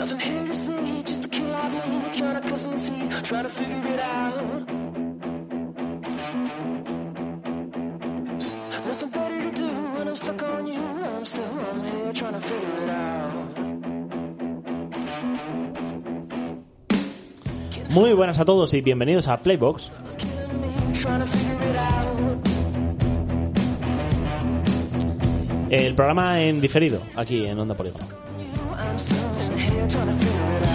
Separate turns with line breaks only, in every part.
Nothing here to see, just a kid like me trying to cut some teeth, trying to figure it out. Nothing better to do when I'm stuck on you. I'm still I'm here trying to figure it out.
Muy buenas a todos y bienvenidos a Playbox.
It's killing me, trying to figure it out.
El programa en diferido, aquí en Onda Polígono.
You, I'm still here trying to figure it out.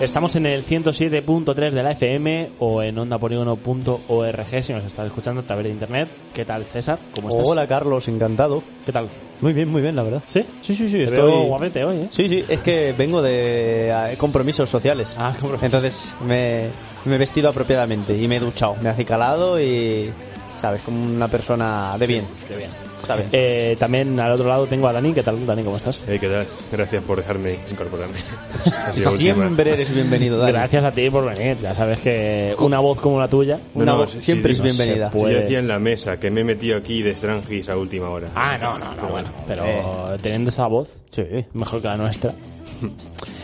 Estamos en el 107.3 de la FM o en ondapoligono.org si nos estás escuchando a través de internet. ¿Qué tal, César? ¿Cómo estás?
Hola Carlos, encantado.
¿Qué tal?
Muy bien, muy bien, la verdad.
¿Sí?
Sí, sí, sí,
Te
estoy...
veo guapete hoy, ¿eh?
Sí, sí, es que vengo de eh, compromisos sociales.
Ah, compromisos.
Entonces me, me he vestido apropiadamente y me he duchado. Me he acicalado y, ¿sabes? Como una persona de bien.
Qué bien.
Está bien.
Eh, también al otro lado tengo a Dani. ¿Qué tal, Dani? ¿Cómo estás?
Hey, ¿qué tal? Gracias por dejarme incorporarme. Ha sido última.
siempre eres bienvenido, Dani.
Gracias a ti por venir. Ya sabes que una voz como la tuya.
No,
Una
no,
voz
sí,
siempre es
sí, no se
bienvenida.
puede.
Pues Yo decía en la mesa que me he metido aquí de estrangis a última hora.
Ah, no, no, no, bueno. Pero teniendo esa voz,
eh. Sí.
mejor que la nuestra.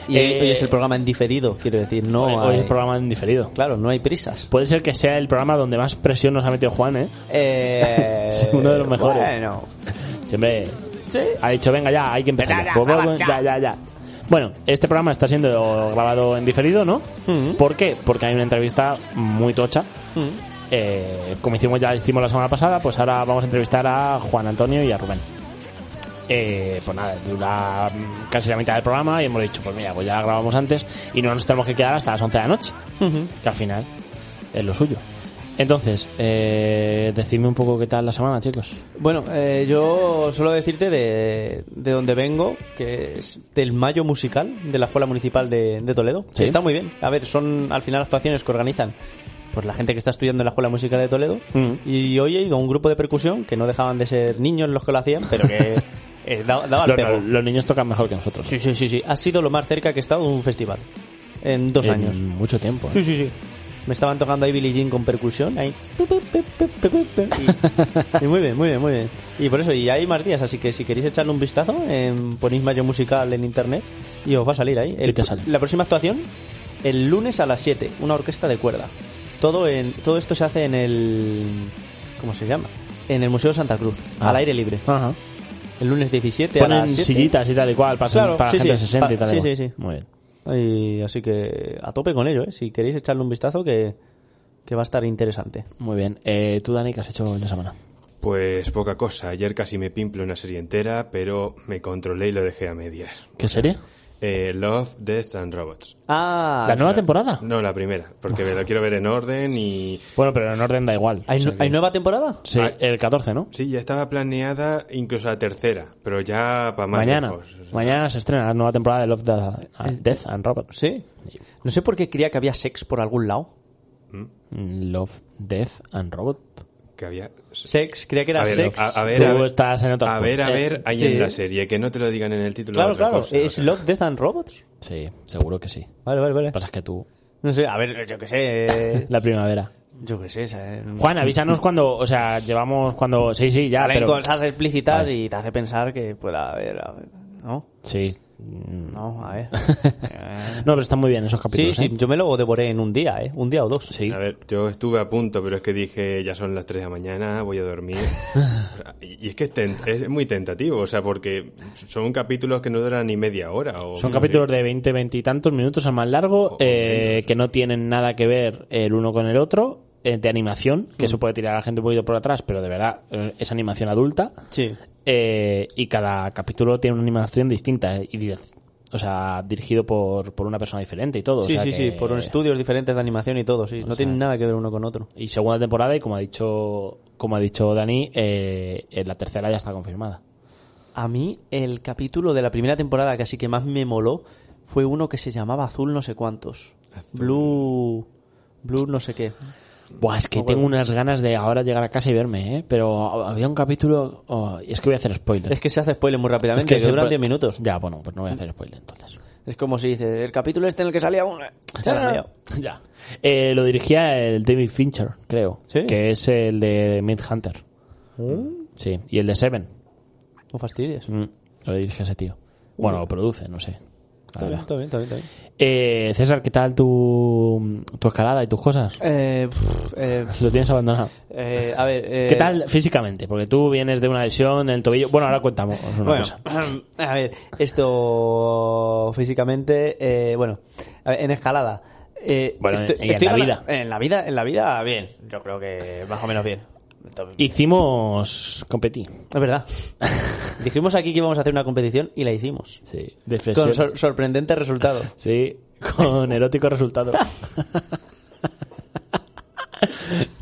Y
Eh,
hoy es el programa en diferido, quiero decir. No
hoy hoy
hay-
es programa en diferido.
Claro, no hay prisas.
Puede ser que sea el programa donde más presión nos ha metido Juan, ¿eh?
Eh,
Sí, uno de los mejores.
Bueno,
Siempre
sí.
ha dicho, venga ya, hay que empezar. ya". Pues, bueno, ya, ya, ya. Bueno, este programa está siendo grabado en diferido, ¿no?
Mm.
¿Por qué? Porque hay una entrevista muy tocha. Eh, como hicimos ya hicimos la semana pasada, pues ahora vamos a entrevistar a Juan Antonio y a Rubén. Eh, pues nada, dura mm, casi la mitad del programa y hemos dicho, pues mira, pues ya grabamos antes y no nos tenemos que quedar hasta las 11 de la noche,
Ujú.
que al final es lo suyo. Entonces, eh, decidme un poco qué tal la semana, chicos.
Bueno, eh, yo suelo decirte de, de donde vengo, que es del Mayo Musical, de la Escuela Municipal de, de Toledo.
Sí.
Está muy bien. A ver, son al final actuaciones que organizan pues la gente que está estudiando en la Escuela Musical de Toledo.
Mm.
Y hoy he ido a un grupo de percusión, que no dejaban de ser niños los que lo hacían, pero que eh, da- daba el
Los,
pego.
los niños tocan mejor que nosotros.
Sí, sí, sí, sí. Ha sido lo más cerca que he estado de un festival. En dos
En
años.
Mucho tiempo. ¿eh?
Sí, sí, sí. Me estaban tocando ahí Billie Jean con percusión, ahí. Y, y muy bien, muy bien, muy bien. Y por eso, y hay más días, así que si queréis echarle un vistazo, em, ponéis Mayo Musical en internet y os va a salir ahí. El-
te sale.
La próxima actuación, el lunes a las 7, una orquesta de cuerda. Todo, en, todo esto se hace en el... ¿Cómo se llama? En el Museo Santa Cruz,
Ah.
al aire libre.
Ajá.
El lunes 17 a
Ponen
las 7.
sillitas y tal y cual para,
Claro,
para
sí,
gente
sí.
de 60 y tal. y
Sí,
cual.
sí, sí.
Muy bien.
Y así que a tope con ello, ¿eh? Si queréis echarle un vistazo que, que va a estar interesante.
Muy bien. Eh, ¿Tú, Dani, qué has hecho en la semana?
Pues poca cosa. Ayer casi me pimple una serie entera, pero me controlé y lo dejé a medias.
¿Qué serie?
Eh, Love, Death and Robots.
Ah,
¿La nueva temporada?
No, la primera, porque me la quiero ver en orden y...
Bueno, pero en orden da igual.
¿Hay,
O sea
nu-
que-
hay nueva temporada?
Sí,
Ah.
el 14, ¿no?
Sí, ya estaba planeada incluso la tercera, pero ya para más
Mañana.
pues,
lejos. O sea,
Mañana se estrena la nueva temporada de Love, the- ah, Death and Robots.
Sí. No sé por qué creía que había sex por algún lado.
Mm, Love, Death and Robot.
Que había...
Sex, creía que era
a ver,
sex.
a, a ver,
Tú
a ver,
estás en otro
a ver, a
punto.
ver,
Eh,
ahí
sí.
en la serie, que no te lo digan en el título.
claro,
otra
claro.
cosa,
¿Es
otra
Love, Death and Robots?
Sí, seguro que sí.
Vale, vale,
Lo
vale.
que pasa es que tú,
No sé, a ver, yo qué sé.
la primavera.
yo qué sé. eh. ¿sabes?
Juan, avísanos cuando, o sea, llevamos cuando... Sí, sí, ya,
Salen
pero...
cosas explícitas y te hace pensar que pueda haber... a ver, ¿No?
Sí. Mm.
No, a ver. Eh,
No, pero están muy bien esos
sí,
capítulos,
sí,
¿eh?
yo me lo devoré en un día, ¿eh? Un día o dos.
Sí.
A ver, yo estuve a punto, pero es que dije, ya son las 3 de la mañana, voy a dormir. O sea, y y es que es, ten- es muy tentativo, o sea, porque son capítulos que no duran ni media hora. O
Son capítulos de 20, 20 y tantos minutos al más largo,
O- o
eh, que no tienen nada que ver el uno con el otro, eh, de animación, que
Mm.
eso puede tirar a la gente un poquito por atrás, pero de verdad eh, es animación adulta.
Sí.
eh, y cada capítulo tiene una animación distinta, eh, y dir- o sea, dirigido por, por una persona diferente y todo. o
Sí,
sea
sí, sí,
que-
por estudios diferentes de animación y todo, sí. No tienen nada que ver uno con otro.
Y segunda temporada, y como ha dicho, como ha dicho Dani, eh, eh, la tercera ya está confirmada.
A mí el capítulo de la primera temporada que así que más me moló fue uno que se llamaba Azul no sé cuántos. Blue... Blue no sé qué.
Buah, es que
No,
tengo
Ah, bueno.
unas ganas de ahora llegar a casa y verme, ¿eh? Pero había un capítulo... oh, es que voy a hacer spoiler.
Es que se hace spoiler muy rápidamente, que,
se
duran
puede-
10 minutos.
Ya, bueno, pues no voy a hacer spoiler entonces.
Es como si dices, el capítulo este en el que salía un... Se la han liado.
ya. Eh, lo dirigía el David Fincher, creo.
¿Sí?
Que es el de Mid Hunter. Sí, y el de Seven.
No fastidies.
Mm, lo dirige ese tío. Bueno, lo produce, no sé. La
Está bien,
verdad.
está bien, está bien, está bien.
Eh, César, ¿qué tal tu, tu escalada y tus cosas?
Eh, pff, eh,
Lo tienes abandonado.
eh, a ver... eh,
¿Qué tal físicamente? Porque tú vienes de una lesión en el tobillo. Bueno, ahora contamos una
Bueno,
cosa.
a ver, esto físicamente, eh, bueno, a ver, en escalada. eh,
Bueno, y en la
con
vida.
En la vida, en la vida, bien. Yo creo que más o menos bien. Entonces,
Hicimos competí.
Es verdad. Dijimos aquí que íbamos a hacer una competición y la hicimos.
Pues Sí, de flexión.
Con sor- sorprendente resultado.
Sí, con erótico resultado.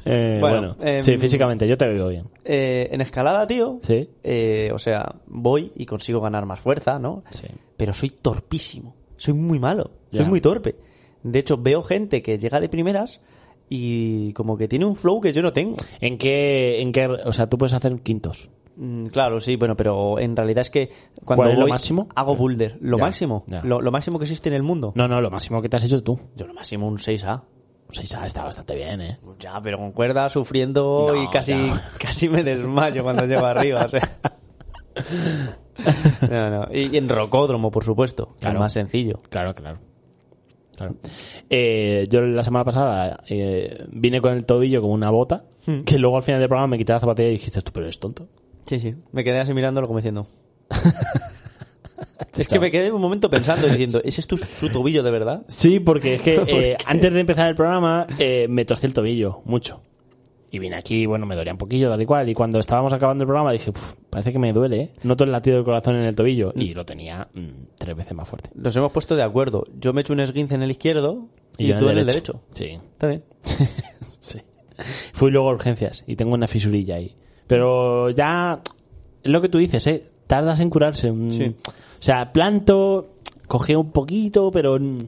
Eh,
Bueno,
bueno,
em,
sí, físicamente, yo te veo bien.
Eh, en escalada, tío.
Sí.
eh, o sea, voy y consigo ganar más fuerza, ¿no?
Sí.
Pero soy torpísimo. Soy muy malo. Soy
Ya.
muy torpe. De hecho, veo gente que llega de primeras y como que tiene un flow que yo no tengo.
¿En qué, en qué, o sea, tú puedes hacer quintos?
Mm, Claro, sí, bueno, pero en realidad es que cuando
¿Cuál es lo
voy,
máximo?
hago boulder. Lo
Ya,
máximo.
ya.
Lo, lo máximo que existe en el mundo.
No, no, lo máximo que te has hecho tú.
Yo lo máximo un 6A.
6A está bastante bien, ¿eh?
Pues Ya, pero con cuerda, sufriendo
No,
y casi,
ya.
casi me desmayo cuando llego arriba. o sea. No, no. Y, y en rocódromo, por supuesto.
Claro.
El más sencillo.
Claro, claro. Claro. Eh, yo la semana pasada eh, vine con el tobillo como una bota, que luego al final del programa me quité la zapatilla y dijiste, tú, pero eres tonto.
Sí, sí. Me quedé así mirándolo como diciendo. es que
Chao.
me quedé un momento pensando y diciendo, ¿ese es tu, su tobillo de verdad?
Sí, porque es que eh, antes de empezar el programa eh, me torcí el tobillo mucho. Y vine aquí, bueno, me dolía un poquillo, tal y cual. Y cuando estábamos acabando el programa dije, "Uf, parece que me duele, ¿eh? Noto el latido del corazón en el tobillo. Y lo tenía mm, tres veces más fuerte.
Nos hemos puesto de acuerdo. Yo me he hecho un esguince en el izquierdo y,
yo
tú en el derecho.
Sí,
Está bien.
sí. Fui luego a urgencias y tengo una fisurilla ahí. Pero ya, es lo que tú dices, ¿eh? Tardas en curarse. mm.
Sí.
O sea, planto, cogí un poquito, pero... mm,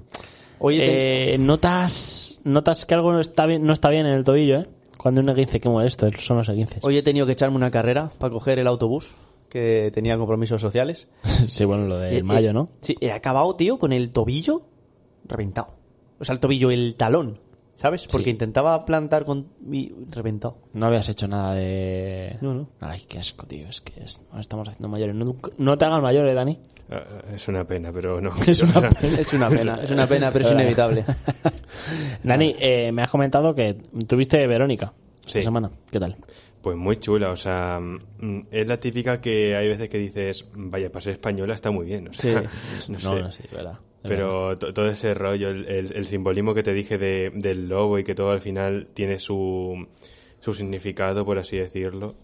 Oye, te-
Eh, notas, notas que algo no está bien, no está bien en el tobillo, ¿eh? Cuando hay un esguince, qué molesto eh, son los esguinces.
Hoy he tenido que echarme una carrera para coger el autobús, que tenía compromisos sociales.
sí, bueno, lo
Eh, eh,
del mayo, ¿no?
Sí, he acabado, tío, con el tobillo reventado. O sea, el tobillo, el talón, ¿sabes? Porque
Sí.
intentaba plantar con... y reventado.
No habías hecho nada de...
No, no.
Ay, qué asco, tío. Es que es- nos estamos haciendo mayores. No, no te hagas mayor, ¿eh, Dani?
Ah, Es una pena, pero no.
Es
O
una
sea,
pena.
Es una pena, es una pena, pero es inevitable.
Dani, eh, me has comentado que tuviste Verónica esta
Sí.
semana. ¿Qué tal?
Pues muy chula, o sea, mm, es la típica que hay veces que dices, vaya, para ser española está muy bien, o sea, no, sé.
sí, verdad.
Pero to- todo ese rollo, el, el- el simbolismo que te dije de- del lobo y que todo al final tiene su, su significado, por así decirlo,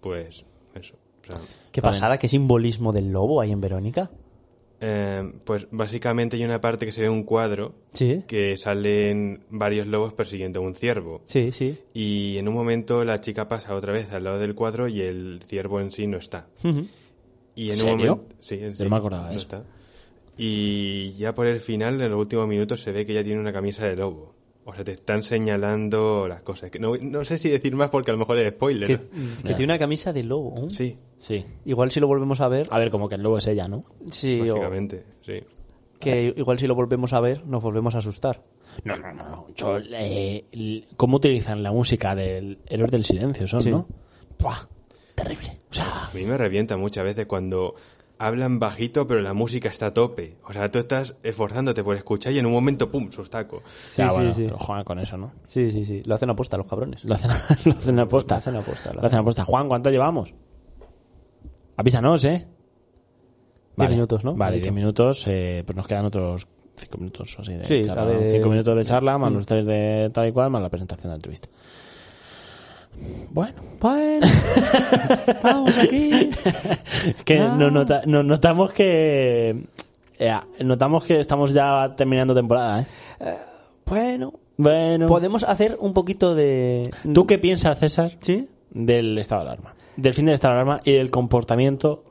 pues eso. o
Qué
sea,
Está bien.
pasada, qué simbolismo del lobo hay en Verónica.
eh, pues básicamente hay una parte que se ve un cuadro
Sí.
que salen varios lobos persiguiendo a un ciervo.
Sí, sí.
Y en un momento la chica pasa otra vez al lado del cuadro y el ciervo en sí no está. Y en
¿En serio?
un momento. Sí, en
Yo no
sí,
me acordaba de eso.
está. Y ya por el final, en los últimos minutos, se ve que ya tiene una camisa de lobo. O sea, te están señalando las cosas. Que No, no sé si decir más porque a lo mejor es spoiler.
Que, que tiene una camisa de lobo.
Sí, Ah,
Sí.
Igual si lo volvemos a ver...
A ver, como que el lobo es ella, ¿no?
Sí, o-
básicamente, sí.
que igual si lo volvemos a ver nos volvemos a asustar.
No, no, no. no. Yo, eh, l- ¿Cómo utilizan la música del Héroes del Silencio? Son,
Sí.
¿no? ¡Buah! Terrible. O sea,
A mí me revienta muchas veces cuando hablan bajito, pero la música está a tope. O sea, tú estás esforzándote por escuchar y en un momento, ¡pum!, sustaco.
ya,
sí,
bueno,
sí.
pero juegan con eso, ¿no?
Sí, sí, sí. Lo hacen aposta los cabrones.
Lo hacen, lo hacen aposta.
Lo hacen aposta, lo
Lo hacen aposta. Juan, ¿cuánto llevamos? Avísanos, ¿eh?
minutos, ¿no?
Vale,
Dicho.
10 minutos. eh, pues nos quedan otros 5 minutos o así de
Sí,
charla.
a
¿no?
ver- eh, mm.
Cinco minutos de charla, más los tres de tal y cual, más la presentación de la entrevista. Bueno.
Bueno, vamos aquí.
que
Ah.
nos, nota- nos notamos que eh, notamos que estamos ya terminando temporada ¿eh?
Bueno,
bueno
podemos hacer un poquito de...
tú qué piensas César
¿Sí?
del estado de alarma del fin del estado de alarma y del comportamiento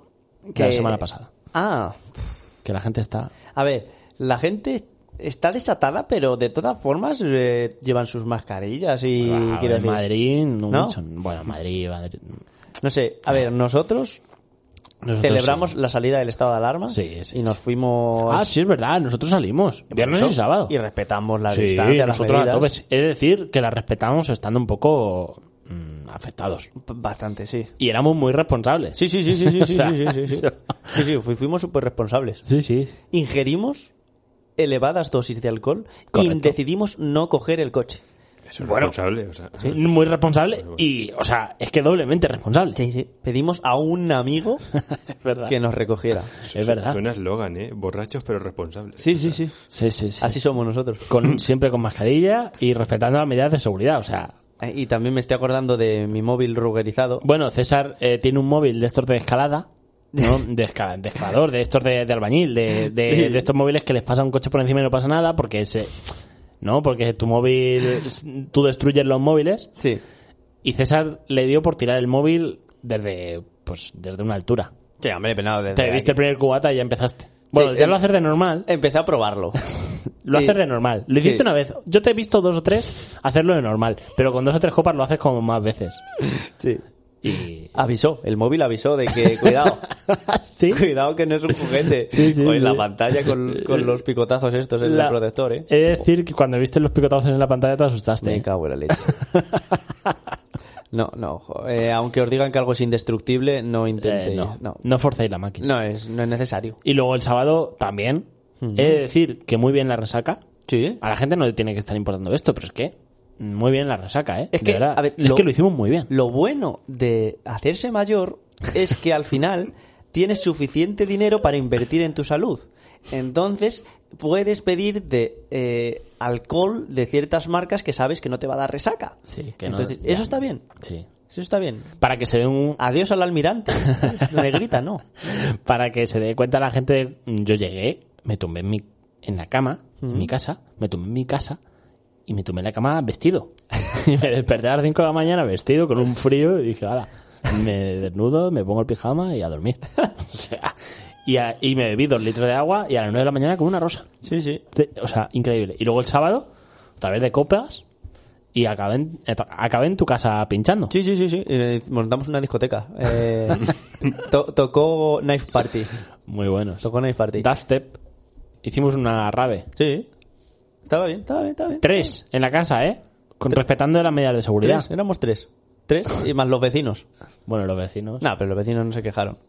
de la
Que-
semana pasada
Ah,
que la gente está
a ver, la gente está desatada, pero de todas formas eh, llevan sus mascarillas y...
Ah,
quiero
en
decir,
Madrid no
¿No?
mucho. bueno Madrid, Madrid
No sé, a ver, nosotros
Nosotros
Celebramos
sí.
la salida del estado de alarma
Sí, sí,
y nos
sí.
fuimos
Ah, sí, es verdad, nosotros salimos. Viernes
Eso.
y sábado.
y respetamos la
sí,
distancia, las
nosotros a
medidas.
tope. Es decir, que la respetamos estando un poco mm, afectados.
Bastante, sí.
Y éramos muy responsables.
Sí, sí, sí, sí, sí,
O
sí,
sea,
sí, sí, sí, sí.
eso.
Sí, sí, fu- fuimos súper responsables.
Sí, sí.
Ingerimos elevadas dosis de alcohol y
Correcto.
decidimos no coger el coche.
Eso es
Bueno.
responsable, o sea.
Muy responsable y, o sea, es que doblemente responsable.
Sí, sí. Pedimos a un amigo
es verdad.
que nos recogiera.
Es verdad.
Suena eslogan, ¿eh? Borrachos pero responsables.
Sí, sí, sí.
Sí, sí, sí.
Así somos nosotros.
Con, siempre con mascarilla y respetando las medidas de seguridad. O sea,
Eh, Y también me estoy acordando de mi móvil rugerizado.
bueno, César eh, tiene un móvil de estos de escalada. ¿no? De, esca- de escalador, de estos de, de albañil, de, de-
Sí.
de estos móviles que les pasa un coche por encima y no pasa nada porque se, no porque tu móvil tú destruyes los móviles
Sí.
y César le dio por tirar el móvil desde pues desde una altura.
Sí, hombre, pero no, desde
Te viste el
aquí.
primer cubata y ya empezaste. Bueno,
Sí,
ya
em-
lo haces de normal.
Empecé a probarlo.
Lo
Sí.
haces de normal. Lo hiciste
Sí.
una vez. Yo te he visto dos o tres hacerlo de normal. Pero con dos o tres copas lo haces como más veces.
Sí.
Y.
Avisó, el móvil avisó de que, cuidado, ¿Ah,
sí.
cuidado que no es un juguete.
Sí, sí,
Joder,
sí.
la pantalla con, con los picotazos estos en
La-
el protector, ¿eh?
He de decir que cuando viste los picotazos en la pantalla te asustaste.
Me cago en la leche. No, no, jo- eh, aunque os digan que algo es indestructible, no
Eh,
intentéis.
no,
no.
no forcéis la máquina.
No es, no es necesario.
Y luego el sábado también. He de decir que muy bien la resaca.
Sí.
A la gente no le tiene que estar importando esto, pero es que muy bien la resaca, ¿eh?
Es
De
que,
verdad.
a ver,
Es que lo hicimos muy bien.
Lo bueno de hacerse mayor es que al final tienes suficiente dinero para invertir en tu salud. Entonces puedes pedir de eh, alcohol de ciertas marcas que sabes que no te va a dar resaca.
Sí, que no-
Entonces,
ya.
eso está bien.
Sí.
Eso está bien.
Para que se dé un,
Adiós al almirante. Negrita, no.
para que se dé cuenta la gente, mm, yo llegué, me tumbé en, mi, en la cama, en mi casa, me tumbé en mi casa y me tumbé en la cama vestido. y me desperté a las 5 de la mañana vestido con un frío y dije, ala, me desnudo, me pongo el pijama y a dormir. o sea, y, a- y me bebí dos litros de agua y a las 9 de la mañana con una rosa.
Sí, sí.
Te- O sea, increíble. Y luego el sábado, otra vez de copas y acabé en, et- acabé en tu casa pinchando.
Sí, sí, sí, sí. Eh, montamos una discoteca. Eh, to- tocó Knife Party.
Muy buenos.
Tocó Knife Party.
Dubstep. Hicimos una rave.
Sí. Estaba bien, estaba bien, estaba bien.
Tres en la casa, ¿eh? Con, respetando las medidas de seguridad.
Tres, éramos tres. Tres y más los vecinos.
Bueno, los vecinos.
Nah, pero los vecinos no se quejaron.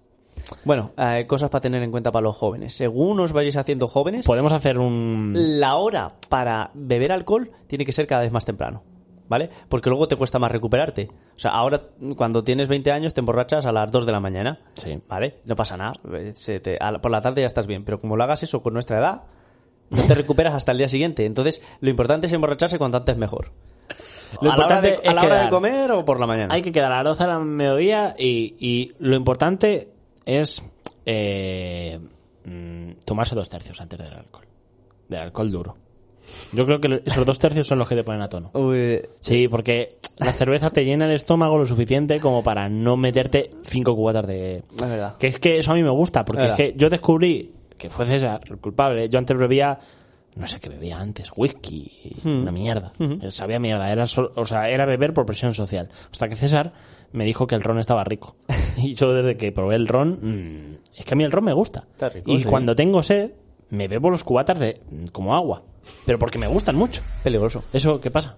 Bueno, eh, cosas para tener en cuenta para los jóvenes. Según os vayáis haciendo jóvenes,
Podemos hacer un.
la hora para beber alcohol tiene que ser cada vez más temprano. ¿Vale? Porque luego te cuesta más recuperarte. O sea, ahora cuando tienes 20 años te emborrachas a las 2 de la mañana.
Sí.
¿Vale? No pasa nada. eh, se te- a la- por la tarde ya estás bien. Pero como lo hagas eso con nuestra edad, no te recuperas hasta el día siguiente. Entonces, lo importante es emborracharse cuanto antes mejor.
Lo
a la hora,
importante
de, a
es
la hora de
quedar.
comer o por la mañana.
Hay que quedar a las 12 de la mediodía y, y lo importante es eh, mm, tomarse dos tercios antes del alcohol. Del alcohol duro. Yo creo que esos dos tercios son los que te ponen a tono.
Uy,
Sí, porque la cerveza te llena el estómago lo suficiente como para no meterte cinco cubatas de...
Es verdad.
Que es que eso a mí me gusta, porque
Es
es que yo descubrí que fue César el culpable. Yo antes bebía, no sé qué bebía antes, whisky,
Hmm.
una mierda. Sabía mierda, era sol- o sea, era beber por presión social. Hasta que César me dijo que el ron estaba rico. Y yo desde que probé el ron, mm, es que a mí el ron me gusta.
Está rico,
y
sí.
cuando tengo sed, me bebo los cubatas de mm, como agua, pero porque me gustan mucho.
peligroso.
¿Eso qué pasa?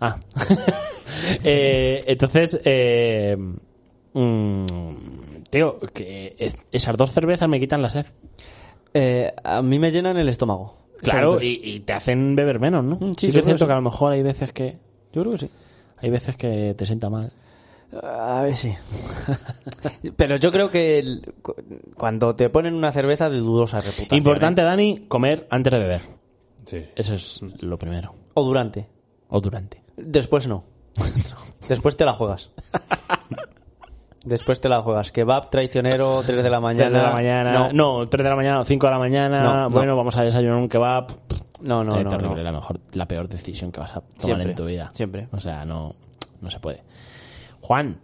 Ah. Eh, entonces, eh, mm, tío, que es- esas dos cervezas me quitan la sed.
Eh, a mí me llenan el estómago.
Claro,
Entonces,
y, y te hacen beber menos, ¿no?
Mm, sí,
Sí, que
yo creo
es cierto
que sí.
que a lo mejor hay veces que
Yo creo que sí.
hay veces que te sienta mal.
A ver, sí. Pero yo creo que el- cu- cuando te ponen una cerveza de dudosa reputación.
Importante, Dani, comer antes de beber.
Sí.
Eso es lo primero.
¿eh? O durante.
O durante.
Después no. Después te la juegas. Después te la juegas. Kebab, traicionero, 3 de la mañana.
Tres de la mañana.
No, no,
No, 3 de la mañana o 5 de la mañana.
No, no.
Bueno, vamos a desayunar un kebab.
no, no.
Eh,
no,
terrible,
no.
la mejor, la peor decisión que vas a tomar
Siempre,
en tu vida.
siempre.
O sea, no, no se puede. Juan,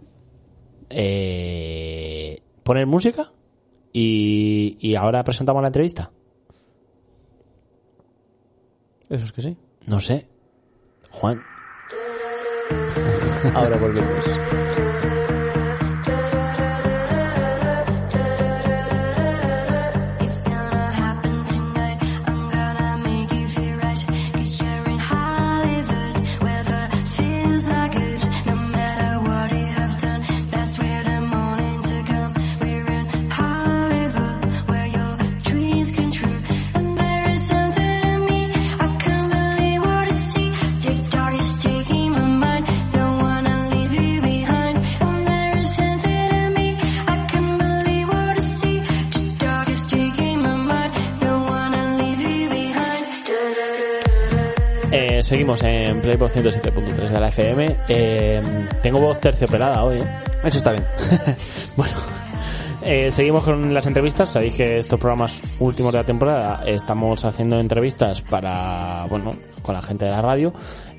eh, poner música y, y ahora presentamos la entrevista.
Eso es que sí.
No sé, Juan.
Ahora volvemos.
Eh, seguimos en Playboy 107.3 de la FM. Eh, tengo voz terciopelada hoy. ¿eh?
Eso está bien.
Bueno, eh, seguimos con las entrevistas. Sabéis que estos programas últimos de la temporada estamos haciendo entrevistas para, bueno, con la gente de la radio.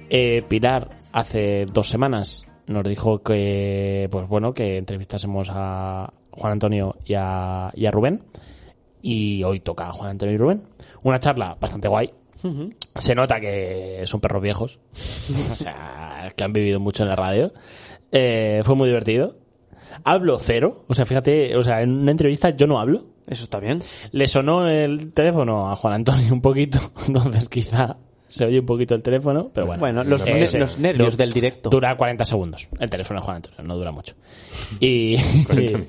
Eh, Pilar hace dos semanas nos dijo que, pues bueno, que entrevistásemos a Juan Antonio y a, y a Rubén. Y hoy toca a Juan Antonio y Rubén. Una charla bastante guay. Se nota que son perros viejos. o sea, que han vivido mucho en la radio. Eh, fue muy divertido. Hablo cero. O sea, fíjate, o sea, en una entrevista yo no hablo.
Eso está bien.
Le sonó el teléfono a Juan Antonio un poquito, entonces quizá se oye un poquito el teléfono, pero bueno. Eh,
Bueno, los ne- los nervios del directo.
Dura 40 segundos el teléfono de Juan Antonio, no dura mucho. Y
40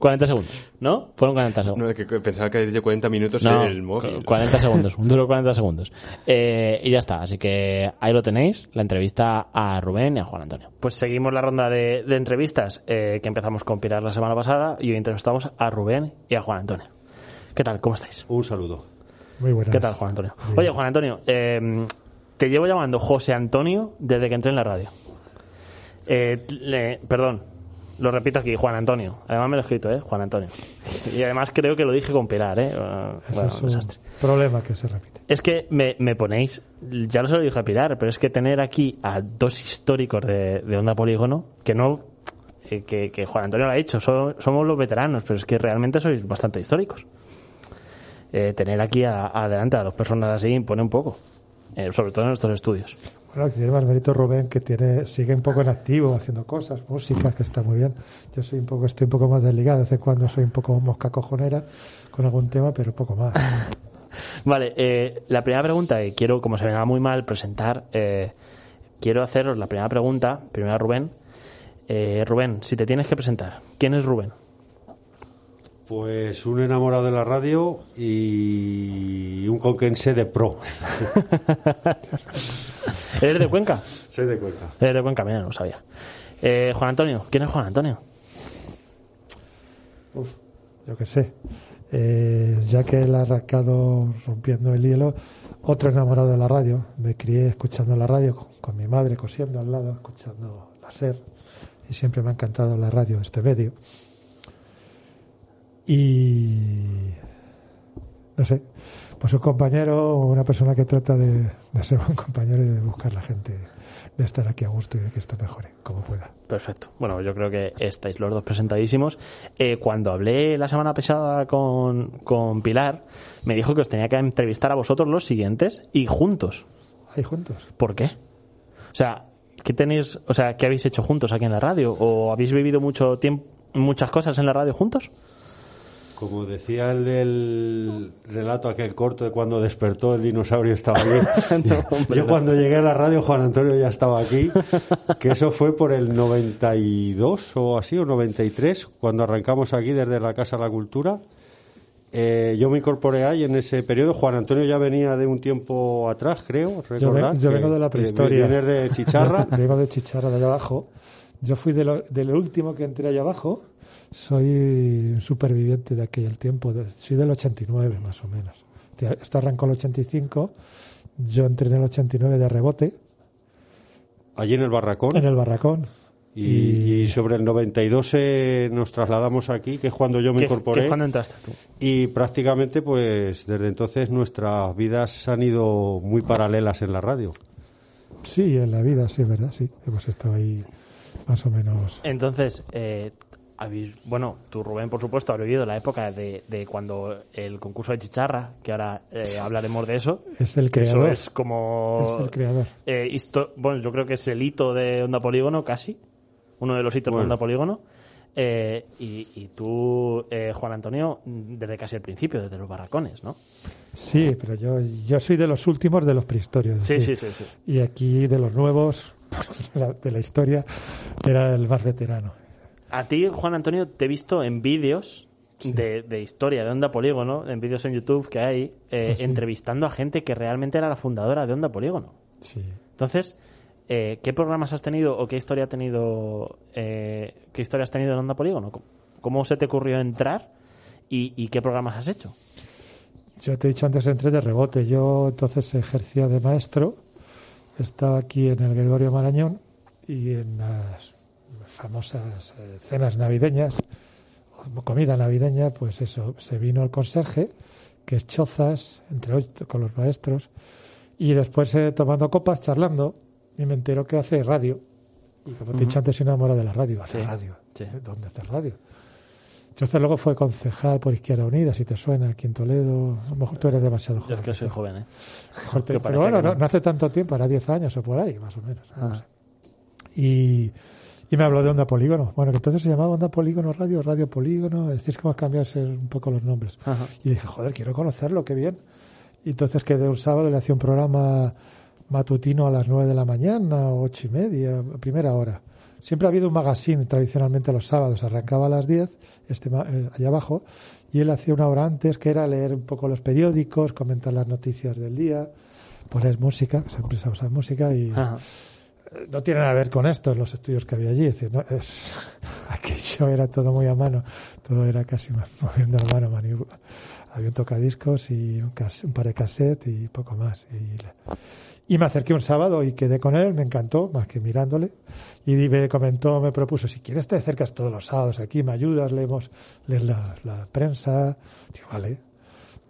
40,
minutos.
segundos, ¿no? Fueron 40
No,
segundos.
es que pensaba que había dicho 40 minutos en el móvil.
40 segundos, duró 40 segundos. Eh, y ya está, así que ahí lo tenéis, la entrevista a Rubén y a Juan Antonio. Pues seguimos la ronda de, de entrevistas eh, que empezamos con Pilar la semana pasada y hoy entrevistamos a Rubén y a Juan Antonio. ¿Qué tal? ¿Cómo estáis?
Un saludo.
Muy buenas.
¿Qué tal, Juan Antonio?
pues, Bien.
Oye, Juan Antonio, eh, te llevo llamando José Antonio desde que entré en la radio. Eh, le- perdón, lo repito aquí, Juan Antonio. Además me lo he escrito, ¿eh? Juan Antonio. Y además creo que lo dije con Pilar, ¿eh? Ah,
Ese
bueno,
es un
desastre.
problema que se repite.
Es que me, me ponéis, ya lo se lo dije a Pilar, pero es que tener aquí a dos históricos de, de Onda Polígono, que no, eh, que, que Juan Antonio lo ha dicho, so- somos los veteranos, pero es que realmente sois bastante históricos. Eh, tener aquí a- adelante a dos personas así impone un poco, eh, sobre todo en nuestros estudios.
Bueno, que tiene más mérito Rubén, que tiene, sigue un poco en activo, haciendo cosas, música, que está muy bien. Yo soy un poco, estoy un poco más desligado, de vez en cuando soy un poco mosca cojonera con algún tema, pero poco más.
Vale, eh, la primera pregunta que quiero, como se me da muy mal presentar, eh, quiero haceros la primera pregunta, primero a Rubén. Eh, Rubén, si te tienes que presentar, ¿quién es Rubén?
Pues un enamorado de la radio y un conquense de pro.
¿Eres de Cuenca?
Soy de Cuenca.
Eh, de buen camino, no lo sabía. Eh, Juan Antonio, ¿quién es Juan Antonio?
Uf, yo qué sé. Eh, ya que él ha arrancado rompiendo el hielo, otro enamorado de la radio. Me crié escuchando la radio con, con mi madre cosiendo al lado, escuchando la SER. Y siempre me ha encantado la radio, este medio. Y. No sé. Pues un compañero o una persona que trata de, de ser un compañero y de buscar la gente, de estar aquí a gusto y de que esto mejore, como pueda.
Perfecto. Bueno, yo creo que estáis los dos presentadísimos. Eh, cuando hablé la semana pasada con, con Pilar, me dijo que os tenía que entrevistar a vosotros los siguientes y juntos.
Ahí juntos.
¿Por qué? O sea, ¿qué tenéis, o sea, qué habéis hecho juntos aquí en la radio? ¿O habéis vivido mucho tiempo, muchas cosas en la radio juntos?
Como decía el del relato aquel corto de cuando despertó el dinosaurio estaba allí.
No, hombre,
Yo
no.
cuando llegué a la radio Juan Antonio ya estaba aquí, que eso fue por el 92 o así, o 93, cuando arrancamos aquí desde la Casa de la Cultura. Eh, yo me incorporé ahí en ese periodo. Juan Antonio ya venía de un tiempo atrás, creo.
Yo, ve-
recordar
yo
que-
vengo de la
que
prehistoria.
Vienes de Chicharra.
vengo de Chicharra, de allá abajo. Yo fui de lo, de lo último que entré allá abajo. Soy un superviviente de aquel tiempo. de- soy del 89, más o menos. Te- Esto arrancó el 85. Yo entré en el 89 de rebote,
allí en el barracón.
en el barracón.
Y, y sobre el 92 eh, nos trasladamos aquí, que es cuando yo me
¿Qué-
incorporé.
qué- ¿Cuándo entraste tú?
Y prácticamente, pues desde entonces nuestras vidas han ido muy paralelas en la radio.
Sí, en la vida, sí, es verdad, sí. Hemos estado ahí más o menos.
Entonces, eh, habéis- bueno, tú Rubén, por supuesto, has vivido la época de, de cuando el concurso de chicharra, que ahora eh, hablaremos de eso.
Es el
Eso
creador.
es como...
Es el creador.
eh, histo- bueno, yo creo que es el hito de Onda Polígono, casi. Uno de los hitos de
Bueno.
Onda Polígono. Eh, y, y tú, eh, Juan Antonio, desde casi el principio, desde los barracones, ¿no?
Sí, pero yo, yo soy de los últimos de los prehistorios. es
Sí, sí,
decir,
sí, sí.
Y aquí de los nuevos, de la, de la historia, era el más veterano.
A ti, Juan Antonio, te he visto en vídeos de, de historia de Onda Polígono, en vídeos en YouTube que hay, eh,
Ah, sí.
entrevistando a gente que realmente era la fundadora de Onda Polígono.
Sí.
Entonces, eh, ¿qué programas has tenido o qué historia ha tenido, eh, qué historia has tenido en Onda Polígono? ¿Cómo, cómo se te ocurrió entrar y, y qué programas has hecho?
Yo te he dicho antes, entré de rebote. Yo entonces ejercía de maestro estaba aquí en el Gregorio Marañón y en las famosas eh, cenas navideñas, o comida navideña, pues eso, se vino el conserje, que es Chozas, entre ocho- con los maestros, y después eh, tomando copas, charlando, y me entero que hace radio. Y como te he dicho antes, soy enamorado de la radio, hace
Sí,
radio.
sí.
¿Dónde hace radio? Chozas luego fue concejal por Izquierda Unida, si te suena, aquí en Toledo. A lo mejor tú eres demasiado
Yo
joven.
es que soy joven, ¿eh?
Mejor te-
Que
pero
parece
bueno,
que
no,
no.
no hace tanto tiempo, era 10 años o por ahí, más o menos. no
Pues,
sé. Y, y me habló de Onda Polígono. Bueno, que entonces se llamaba Onda Polígono Radio, Radio Polígono. Es decir, cómo has cambiado ese- un poco los nombres. Y dije, joder, quiero conocerlo, qué bien. Y entonces quedé un sábado, le hacía un programa matutino a las 9 de la mañana, ocho y media, a primera hora. Siempre ha habido un magazine tradicionalmente los sábados, arrancaba a las 10, este, ma- eh, allá abajo, y él hacía una hora antes que era leer un poco los periódicos, comentar las noticias del día, poner música, siempre se usa música y no tiene nada que ver con esto, los estudios que había allí. Es decir, no, es- aquello era todo muy a mano, todo era casi ma- moviendo la mano. mani- Había un tocadiscos y un, cas- un par de cassette y poco más. Y, la- y me acerqué un sábado y quedé con él, me encantó, más que mirándole. Y di- me comentó, me propuso, si quieres te acercas todos los sábados aquí, me ayudas, leemos, lees la, la prensa. Digo, vale.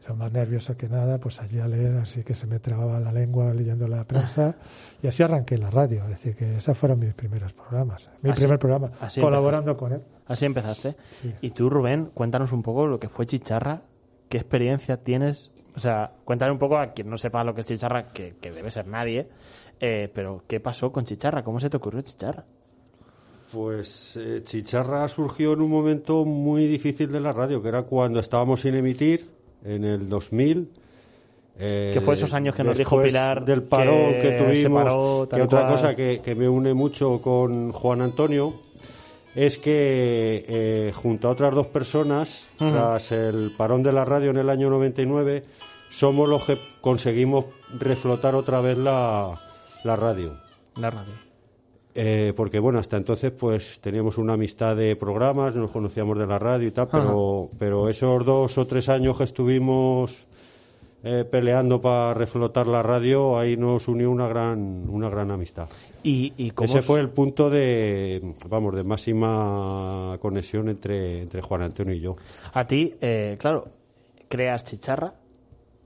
Yo más nervioso que nada, pues allí a leer, así que se me trababa la lengua leyendo la prensa. Y así arranqué la radio, es decir, que esos fueron mis primeros programas. Mi
Así-
primer programa,
así
colaborando con él.
Así empezaste. Y tú, Rubén, cuéntanos un poco lo que fue Chicharra, qué experiencia tienes. O sea, cuéntale un poco a quien no sepa lo que es Chicharra, que, que debe ser nadie, eh, pero ¿qué pasó con Chicharra? ¿Cómo se te ocurrió Chicharra?
Pues eh, Chicharra surgió en un momento muy difícil de la radio, que era cuando estábamos sin emitir, en el 2000. eh,
Que fue esos años que nos dijo
después
Pilar
del parón
que
que, tuvimos,
se paró, tal
que otra
cual.
cosa que, que me une mucho con Juan Antonio es que eh, junto a otras dos personas, tras el parón de la radio en el año 99, somos los que conseguimos reflotar otra vez la, la radio.
La radio.
Eh, porque bueno, hasta entonces pues teníamos una amistad de programas, nos conocíamos de la radio y tal, pero, pero esos dos o tres años que estuvimos eh, peleando para reflotar la radio, ahí nos unió una gran, una gran amistad.
¿Y, y cómo
Ese
es-
fue el punto de, vamos, de máxima conexión entre, entre Juan Antonio y yo.
a ti, eh, claro, creas Chicharra?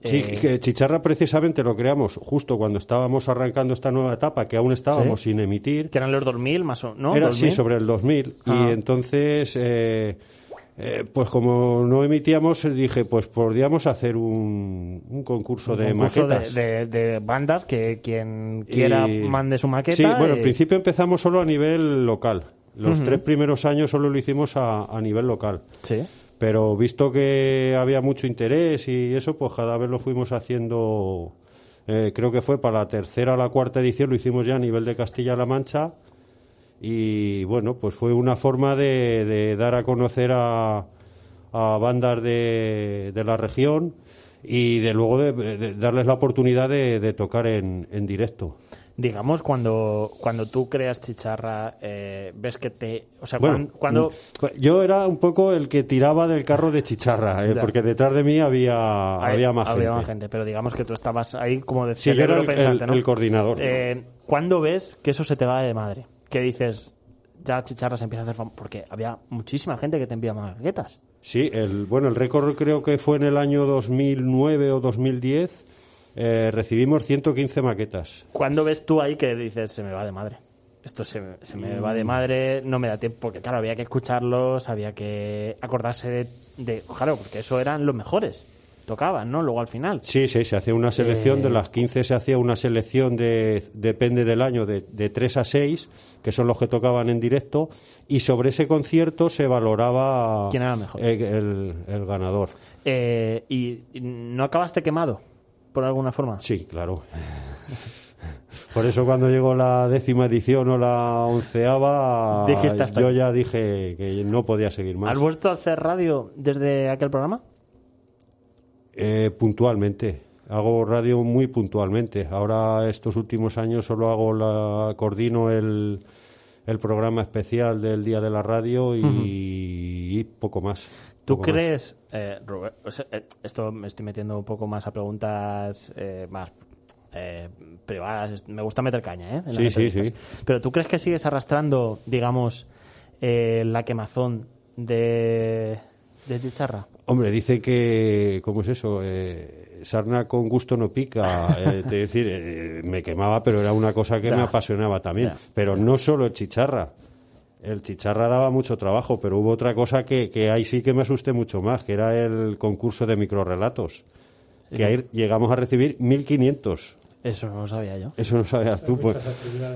Sí,
eh,
que Chicharra precisamente lo creamos justo cuando estábamos arrancando esta nueva etapa, que aún estábamos
¿Sí?
sin emitir.
que eran los 2000 más o ¿no?
Era
2000.
así, sobre el 2000.
Ah.
Y entonces, eh, eh, pues como no emitíamos, dije, pues podríamos hacer un, un concurso de
concurso de-
maquetas.
de, de bandas que quien
Y-
quiera mande su maqueta.
Sí, bueno,
eh,
en principio empezamos solo a nivel local. Los tres primeros años solo lo hicimos a, a nivel local.
Sí.
Pero visto que había mucho interés y eso, pues cada vez lo fuimos haciendo. eh, creo que fue para la tercera o la cuarta edición, lo hicimos ya a nivel de Castilla-La Mancha. Y bueno, pues fue una forma de, de dar a conocer a, a bandas de, de la región y de luego de, de darles la oportunidad de, de tocar en, en directo.
Digamos, cuando, cuando tú creas chicharra, eh, ves que te. O sea,
Bueno,
cuan- cuando.
mm, yo era un poco el que tiraba del carro de chicharra, eh,
Ya.
porque detrás de mí había,
hay-
había más gente.
pero digamos que tú estabas ahí como de
Sí, yo era
cerebro
el,
pensante,
el-
¿no?
el coordinador.
Eh, ¿Cuándo ves que eso se te va de madre? Que dices, ya chicharra se empieza a hacer fam- Porque había muchísima gente que te envía maquetas.
Sí, el, bueno, el récord creo que fue en el año 2009 o 2010. eh, recibimos 115 maquetas.
¿Cuándo ves tú ahí que dices, se me va de madre? Esto se, me- se me
Mm.
va de madre, no me da tiempo, porque claro, había que escucharlos, había que acordarse de, de- Claro, porque eso eran los mejores. Tocaban, ¿no? Luego al final.
Sí, sí, se hacía una selección,
Eh.
de las 15 se hacía una selección de, depende del año, de, de 3 a 6, que son los que tocaban en directo, y sobre ese concierto se valoraba
¿Quién era el mejor?
el- el- el ganador.
Eh, y, y no acabaste quemado, por alguna forma.
Sí, claro. Por eso cuando llegó la décima edición o la onceava,
Dijiste hasta
yo
aquí.
ya dije que no podía seguir más.
¿Has vuelto a hacer radio desde aquel programa?
Eh, puntualmente. Hago radio muy puntualmente. Ahora estos últimos años solo hago la coordino el, el programa especial del Día de la Radio y, y poco más.
¿Tú
poco más.
crees, eh, Robert, o sea, eh, esto me estoy metiendo un poco más a preguntas eh, más eh, privadas. es- Me gusta meter caña, ¿eh? En las
Sí, sí,
entrevistas. Pero ¿tú crees que sigues arrastrando, digamos, eh, la quemazón de, de Chicharra?
Hombre, dicen que, ¿cómo es eso? Eh, sarna con gusto no pica. eh, es decir, eh, me quemaba, pero era una cosa que
Ya.
me apasionaba también.
Ya.
Pero no solo el chicharra. El chicharra daba mucho trabajo, pero hubo otra cosa que, que ahí sí que me asusté mucho más, que era el concurso de microrelatos. Que ahí llegamos a recibir 1.500.
Eso no lo sabía yo.
Eso no sabías tú, pues.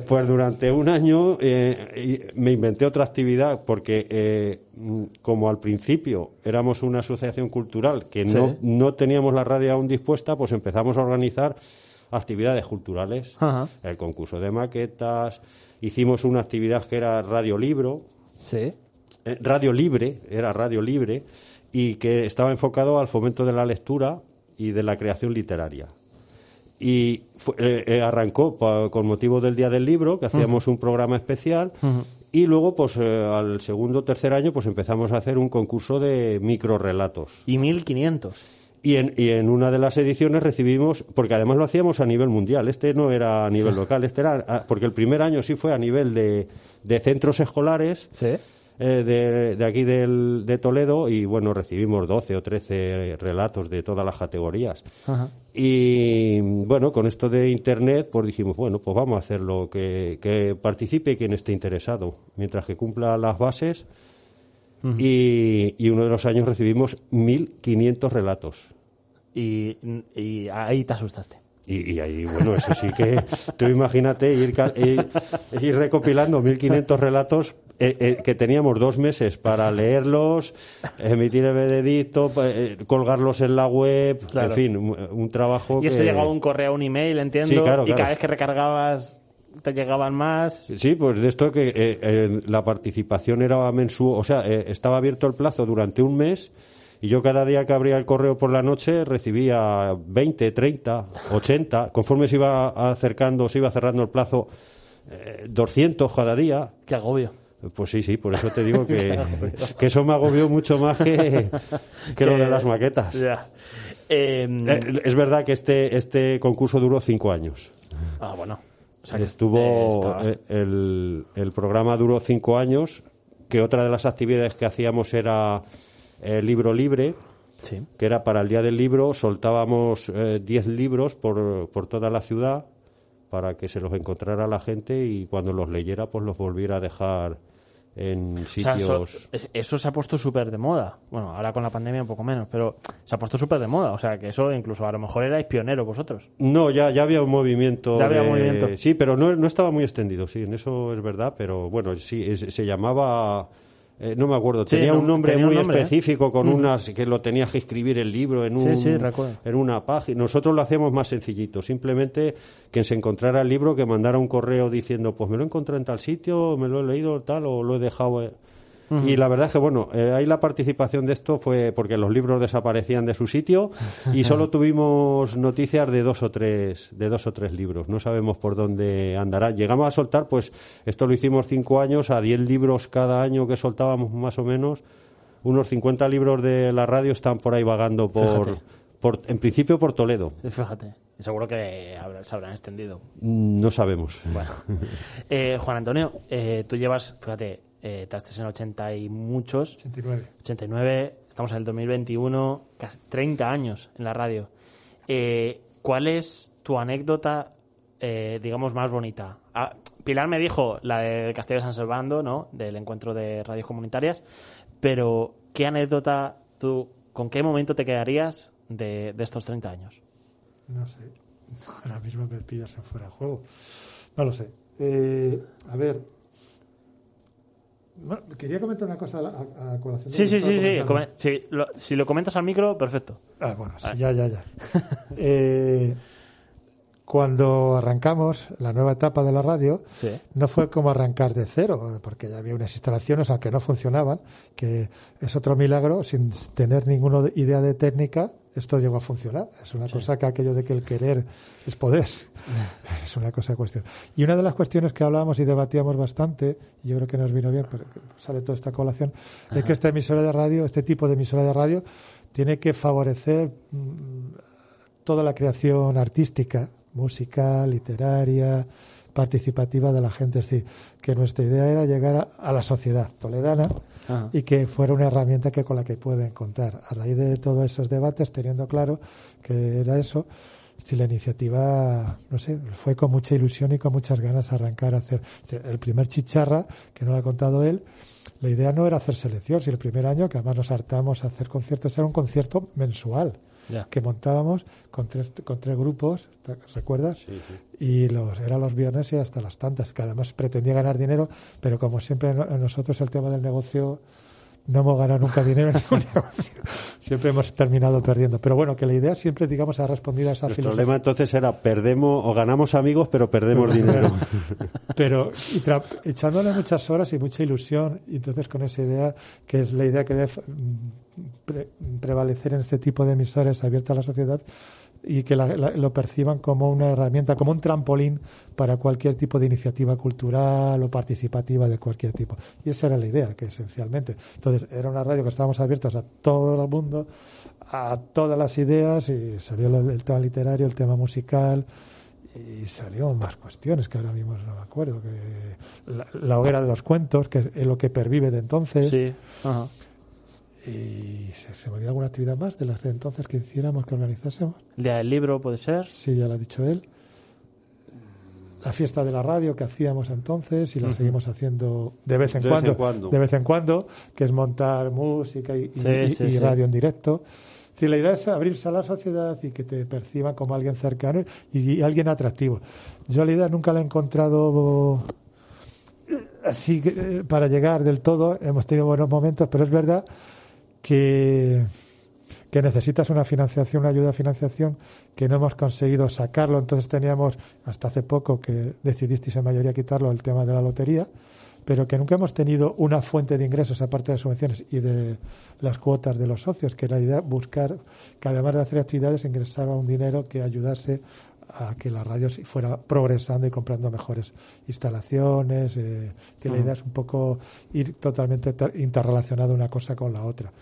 Pues durante un año eh, y me inventé otra actividad porque eh, mm, como al principio éramos una asociación cultural que
Sí.
no, no teníamos la radio aún dispuesta, pues empezamos a organizar actividades culturales.
Ajá.
El concurso de maquetas, hicimos una actividad que era radio libro,
Sí.
eh, Radio Libre, era Radio Libre, y que estaba enfocado al fomento de la lectura y de la creación literaria. Y fue- eh, eh, arrancó pa- con motivo del Día del Libro, que hacíamos un programa especial, y luego, pues eh, al segundo o tercer año, pues empezamos a hacer un concurso de microrelatos.
Y 1500.
Y en, y en una de las ediciones recibimos, porque además lo hacíamos a nivel mundial, este no era a nivel local, este era, a- porque el primer año sí fue a nivel de, de centros escolares,
Sí.
eh, de, de aquí del, de Toledo y bueno, recibimos 12 o 13 relatos de todas las categorías.
Ajá.
Y bueno, con esto de Internet, pues dijimos, bueno, pues vamos a hacerlo, que, que participe quien esté interesado, mientras que cumpla las bases. Y, y uno de los años recibimos 1.500 relatos.
Y, y ahí te asustaste.
Y, y ahí, bueno, eso sí que tú imagínate ir, ca- ir, ir recopilando 1.500 relatos eh, eh, que teníamos dos meses para leerlos, emitir el veredicto, pa- eh, colgarlos en la web,
Claro.
en fin, un, un trabajo
Y eso
que...
llegaba un correo, un email, entiendo.
Sí, claro,
y
claro.
cada vez que recargabas te llegaban más.
Sí, pues de esto que eh, eh, la participación era mensual, o sea, eh, estaba abierto el plazo durante un mes y yo cada día que abría el correo por la noche recibía 20, 30, 80, conforme se iba acercando, se iba cerrando el plazo, eh, 200 cada día.
Qué agobio.
Pues sí, sí, por eso te digo que, que eso me agobió mucho más que, que lo de las maquetas.
Ya. Eh,
Eh, Es verdad que este, este concurso duró cinco años.
ah, bueno. O sea que
Estuvo
eh, estaba-
eh, el, el programa duró cinco años, que otra de las actividades que hacíamos era el libro libre,
sí.
que era para el día del libro, soltábamos eh, diez libros por, por toda la ciudad para que se los encontrara la gente y cuando los leyera pues los volviera a dejar en
O sea,
sitios.
eso, eh, eso se ha puesto súper de moda. Bueno, ahora con la pandemia un poco menos, pero se ha puesto súper de moda. O sea, que eso incluso a lo mejor erais pioneros vosotros.
No, ya, ya había un movimiento.
Ya había
de-
movimiento.
Sí, pero no, no estaba muy extendido, sí, en eso es verdad, pero bueno, sí, es- se llamaba. eh, no me acuerdo,
Sí,
tenía
no,
un nombre
tenía un
muy
nombre, ¿eh?
específico con unas que lo tenías que escribir el libro en,
Sí,
un,
sí, recuerdo.
en una página. Nosotros lo hacíamos más sencillito, simplemente que se encontrara el libro, que mandara un correo diciendo, pues me lo encontré en tal sitio, me lo he leído tal o lo he dejado. eh. Y la verdad es que, bueno, eh, ahí la participación de esto fue porque los libros desaparecían de su sitio y solo tuvimos noticias de dos o tres, de dos o tres libros. No sabemos por dónde andará. Llegamos a soltar, pues, esto lo hicimos cinco años, a diez libros cada año que soltábamos más o menos. Unos 50 libros de la radio están por ahí vagando por,
Fíjate.
por en principio por Toledo.
Eh, Fíjate. Seguro que habrá- se habrán extendido.
Mm, No sabemos.
Bueno. Eh, Juan Antonio, eh, tú llevas, fíjate, eh, te has en 80 y muchos.
89.
89, estamos en el 2021, casi 30 años en la radio. Eh, ¿Cuál es tu anécdota, eh, digamos, más bonita? Ah, Pilar me dijo la de Castillo de San Salvando, ¿no? Del encuentro de radios comunitarias, pero ¿qué anécdota tú, con qué momento te quedarías de, de estos 30 años?
No sé. Ahora mismo me pillas en fuera de juego. No lo sé. Eh, a ver. Bueno, quería comentar una cosa a, la- a- a colación. de
Sí,
lo que
sí,
estaba
sí, sí.
comentando.
come- sí, lo- si lo comentas al micro, perfecto.
Ah, bueno, sí, ya, ya, ya. Eh, cuando arrancamos la nueva etapa de la radio,
Sí.
no fue como arrancar de cero, porque ya había unas instalaciones, aunque no funcionaban, que es otro milagro, sin tener ninguna idea de técnica, esto llegó a funcionar. Es una cosa que aquello de que el querer es poder. es una cosa de cuestión. Y una de las cuestiones que hablábamos y debatíamos bastante, y yo creo que nos vino bien, pero que sale toda esta colación, es que esta emisora de radio, este tipo de emisora de radio, tiene que favorecer mm, toda la creación artística música, literaria, participativa de la gente. Es decir, que nuestra idea era llegar a, a la sociedad toledana
Ajá.
y que fuera una herramienta que con la que pueden contar. A raíz de todos esos debates, teniendo claro que era eso, si la iniciativa, no sé, fue con mucha ilusión y con muchas ganas arrancar a hacer el primer chicharra, que no lo ha contado él. La idea no era hacer selección, si el primer año, que además nos hartamos a hacer conciertos, era un concierto mensual
Ya.
que montábamos con tres, con tres grupos, ¿te- ¿recuerdas? Y los, era los viernes y hasta las tantas, que además pretendía ganar dinero, pero como siempre no- nosotros el tema del negocio no hemos ganado nunca dinero en ningún negocio. Siempre hemos terminado perdiendo. Pero bueno, que la idea siempre, digamos, ha respondido a esa
El
filosofía.
problema entonces era perdemos o ganamos amigos pero perdemos dinero.
pero y tra- echándole muchas horas y mucha ilusión y entonces con esa idea que es la idea que debe mm, pre- prevalecer en este tipo de emisores abiertas a la sociedad y que la- la- lo perciban como una herramienta, como un trampolín para cualquier tipo de iniciativa cultural o participativa de cualquier tipo. Y esa era la idea, que esencialmente. Entonces, era una radio que estábamos abiertos a todo el mundo, a todas las ideas, y salió lo- el tema literario, el tema musical, y salió más cuestiones que ahora mismo no me acuerdo. Que la, la hoguera de los cuentos, que es lo que pervive de entonces.
Sí.
Ajá.
Y se, se me olvidó alguna actividad más de las de entonces que hiciéramos, que organizásemos.
El día del libro puede ser.
Sí, ya lo ha dicho él. La fiesta de la radio que hacíamos entonces y la seguimos haciendo de vez en,
De vez
cuando,
en cuando.
De vez en cuando, que es montar música y, y-
Sí,
y-
sí,
y
sí.
radio en directo. Es decir, la idea es abrirse a la sociedad y que te perciban como alguien cercano y, y alguien atractivo. Yo la idea nunca la he encontrado eh, así que, eh, para llegar del todo. Hemos tenido buenos momentos, pero es verdad que que necesitas una financiación, una ayuda de financiación, que no hemos conseguido sacarlo. Entonces teníamos, hasta hace poco, que decidisteis en mayoría quitarlo, el tema de la lotería, pero que nunca hemos tenido una fuente de ingresos, aparte de las subvenciones y de las cuotas de los socios, que era la idea buscar, que además de hacer actividades, ingresaba un dinero que ayudase a que la radio sí fuera progresando y comprando mejores instalaciones, eh, que la idea es un poco ir totalmente ter- interrelacionada una cosa con la otra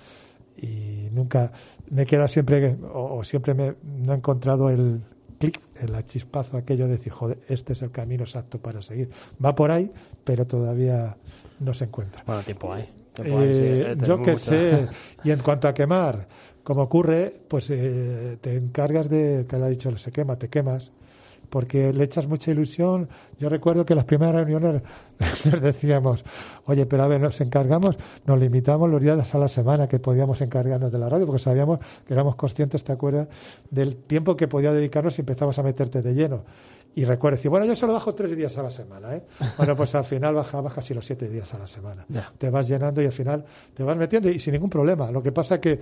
y nunca me queda siempre o, o siempre me, no he encontrado el clic, el chispazo aquello de decir, joder, este es el camino exacto para seguir. Va por ahí, pero todavía no se encuentra.
Bueno, tiempo hay.
Eh, yo qué sé. Y en cuanto a quemar, como ocurre, pues eh, te encargas de, te lo ha dicho, se quema, te quemas, porque le echas mucha ilusión. Yo recuerdo que en las primeras reuniones les decíamos, oye, pero a ver, nos encargamos, nos limitamos los días a la semana que podíamos encargarnos de la radio, porque sabíamos que éramos conscientes, ¿te acuerdas?, del tiempo que podía dedicarnos si empezabas a meterte de lleno. Y recuerda decir, bueno, yo solo bajo tres días a la semana, ¿eh? Bueno, pues al final bajabas casi los siete días a la semana.
Ya.
Te vas llenando y al final te vas metiendo y sin ningún problema. Lo que pasa que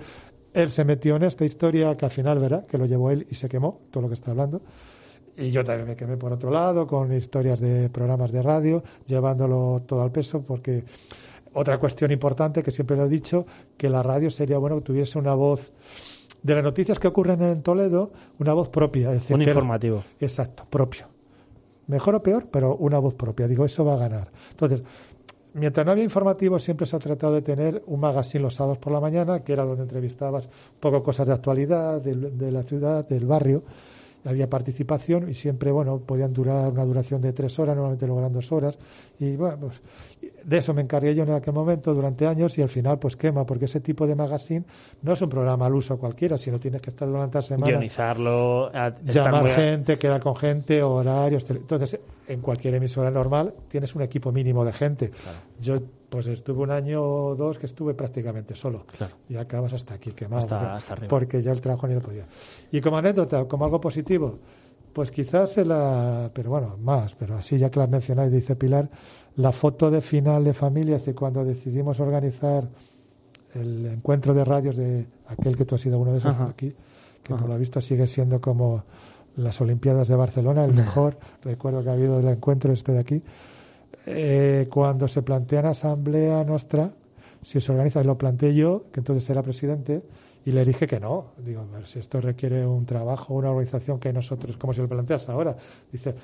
él se metió en esta historia que al final, ¿verdad? Que lo llevó él y se quemó, todo lo que está hablando. Y yo también me quemé por otro lado con historias de programas de radio, llevándolo todo al peso, porque otra cuestión importante que siempre lo he dicho, que la radio sería bueno que tuviese una voz de las noticias que ocurren en Toledo, una voz propia. Es decir,
Un
que-
informativo.
Exacto, propio. Mejor o peor, pero una voz propia. Digo, eso va a ganar. Entonces, mientras no había informativo, siempre se ha tratado de tener un magazine los sábados por la mañana, que era donde entrevistabas un poco cosas de actualidad, del- de, la ciudad, del barrio. Había participación y siempre, bueno, podían durar una duración de tres horas, normalmente lograban dos horas. Y bueno, pues, de eso me encargué yo en aquel momento durante años y al final, pues quema, porque ese tipo de magazine no es un programa al uso cualquiera, sino tienes que estar durante la semana
Guionizarlo. a- estar
llamar
muy a-
gente, quedar con gente, horarios. tele- Entonces, en cualquier emisora normal tienes un equipo mínimo de gente. Yo, pues estuve un año o dos que estuve prácticamente solo. Y acabas hasta aquí, quemado.
Hasta-
porque-
hasta arriba.
Porque ya el trabajo ni lo podía. Y como anécdota, como algo positivo, pues quizás en la. Pero bueno, más, pero así ya que las mencionáis, dice Pilar, la foto de final de familia, es decir, cuando decidimos organizar el encuentro de radios de aquel que tú has sido uno de esos aquí, que por lo visto sigue siendo como las Olimpiadas de Barcelona, el mejor recuerdo que ha habido del encuentro este de aquí. Eh, cuando se plantea en asamblea nuestra, si se organiza, lo planteé yo, que entonces era presidente, y Y le dije que no. Digo, a ver, si esto requiere un trabajo, una organización que nosotros, como se lo planteas ahora, dice,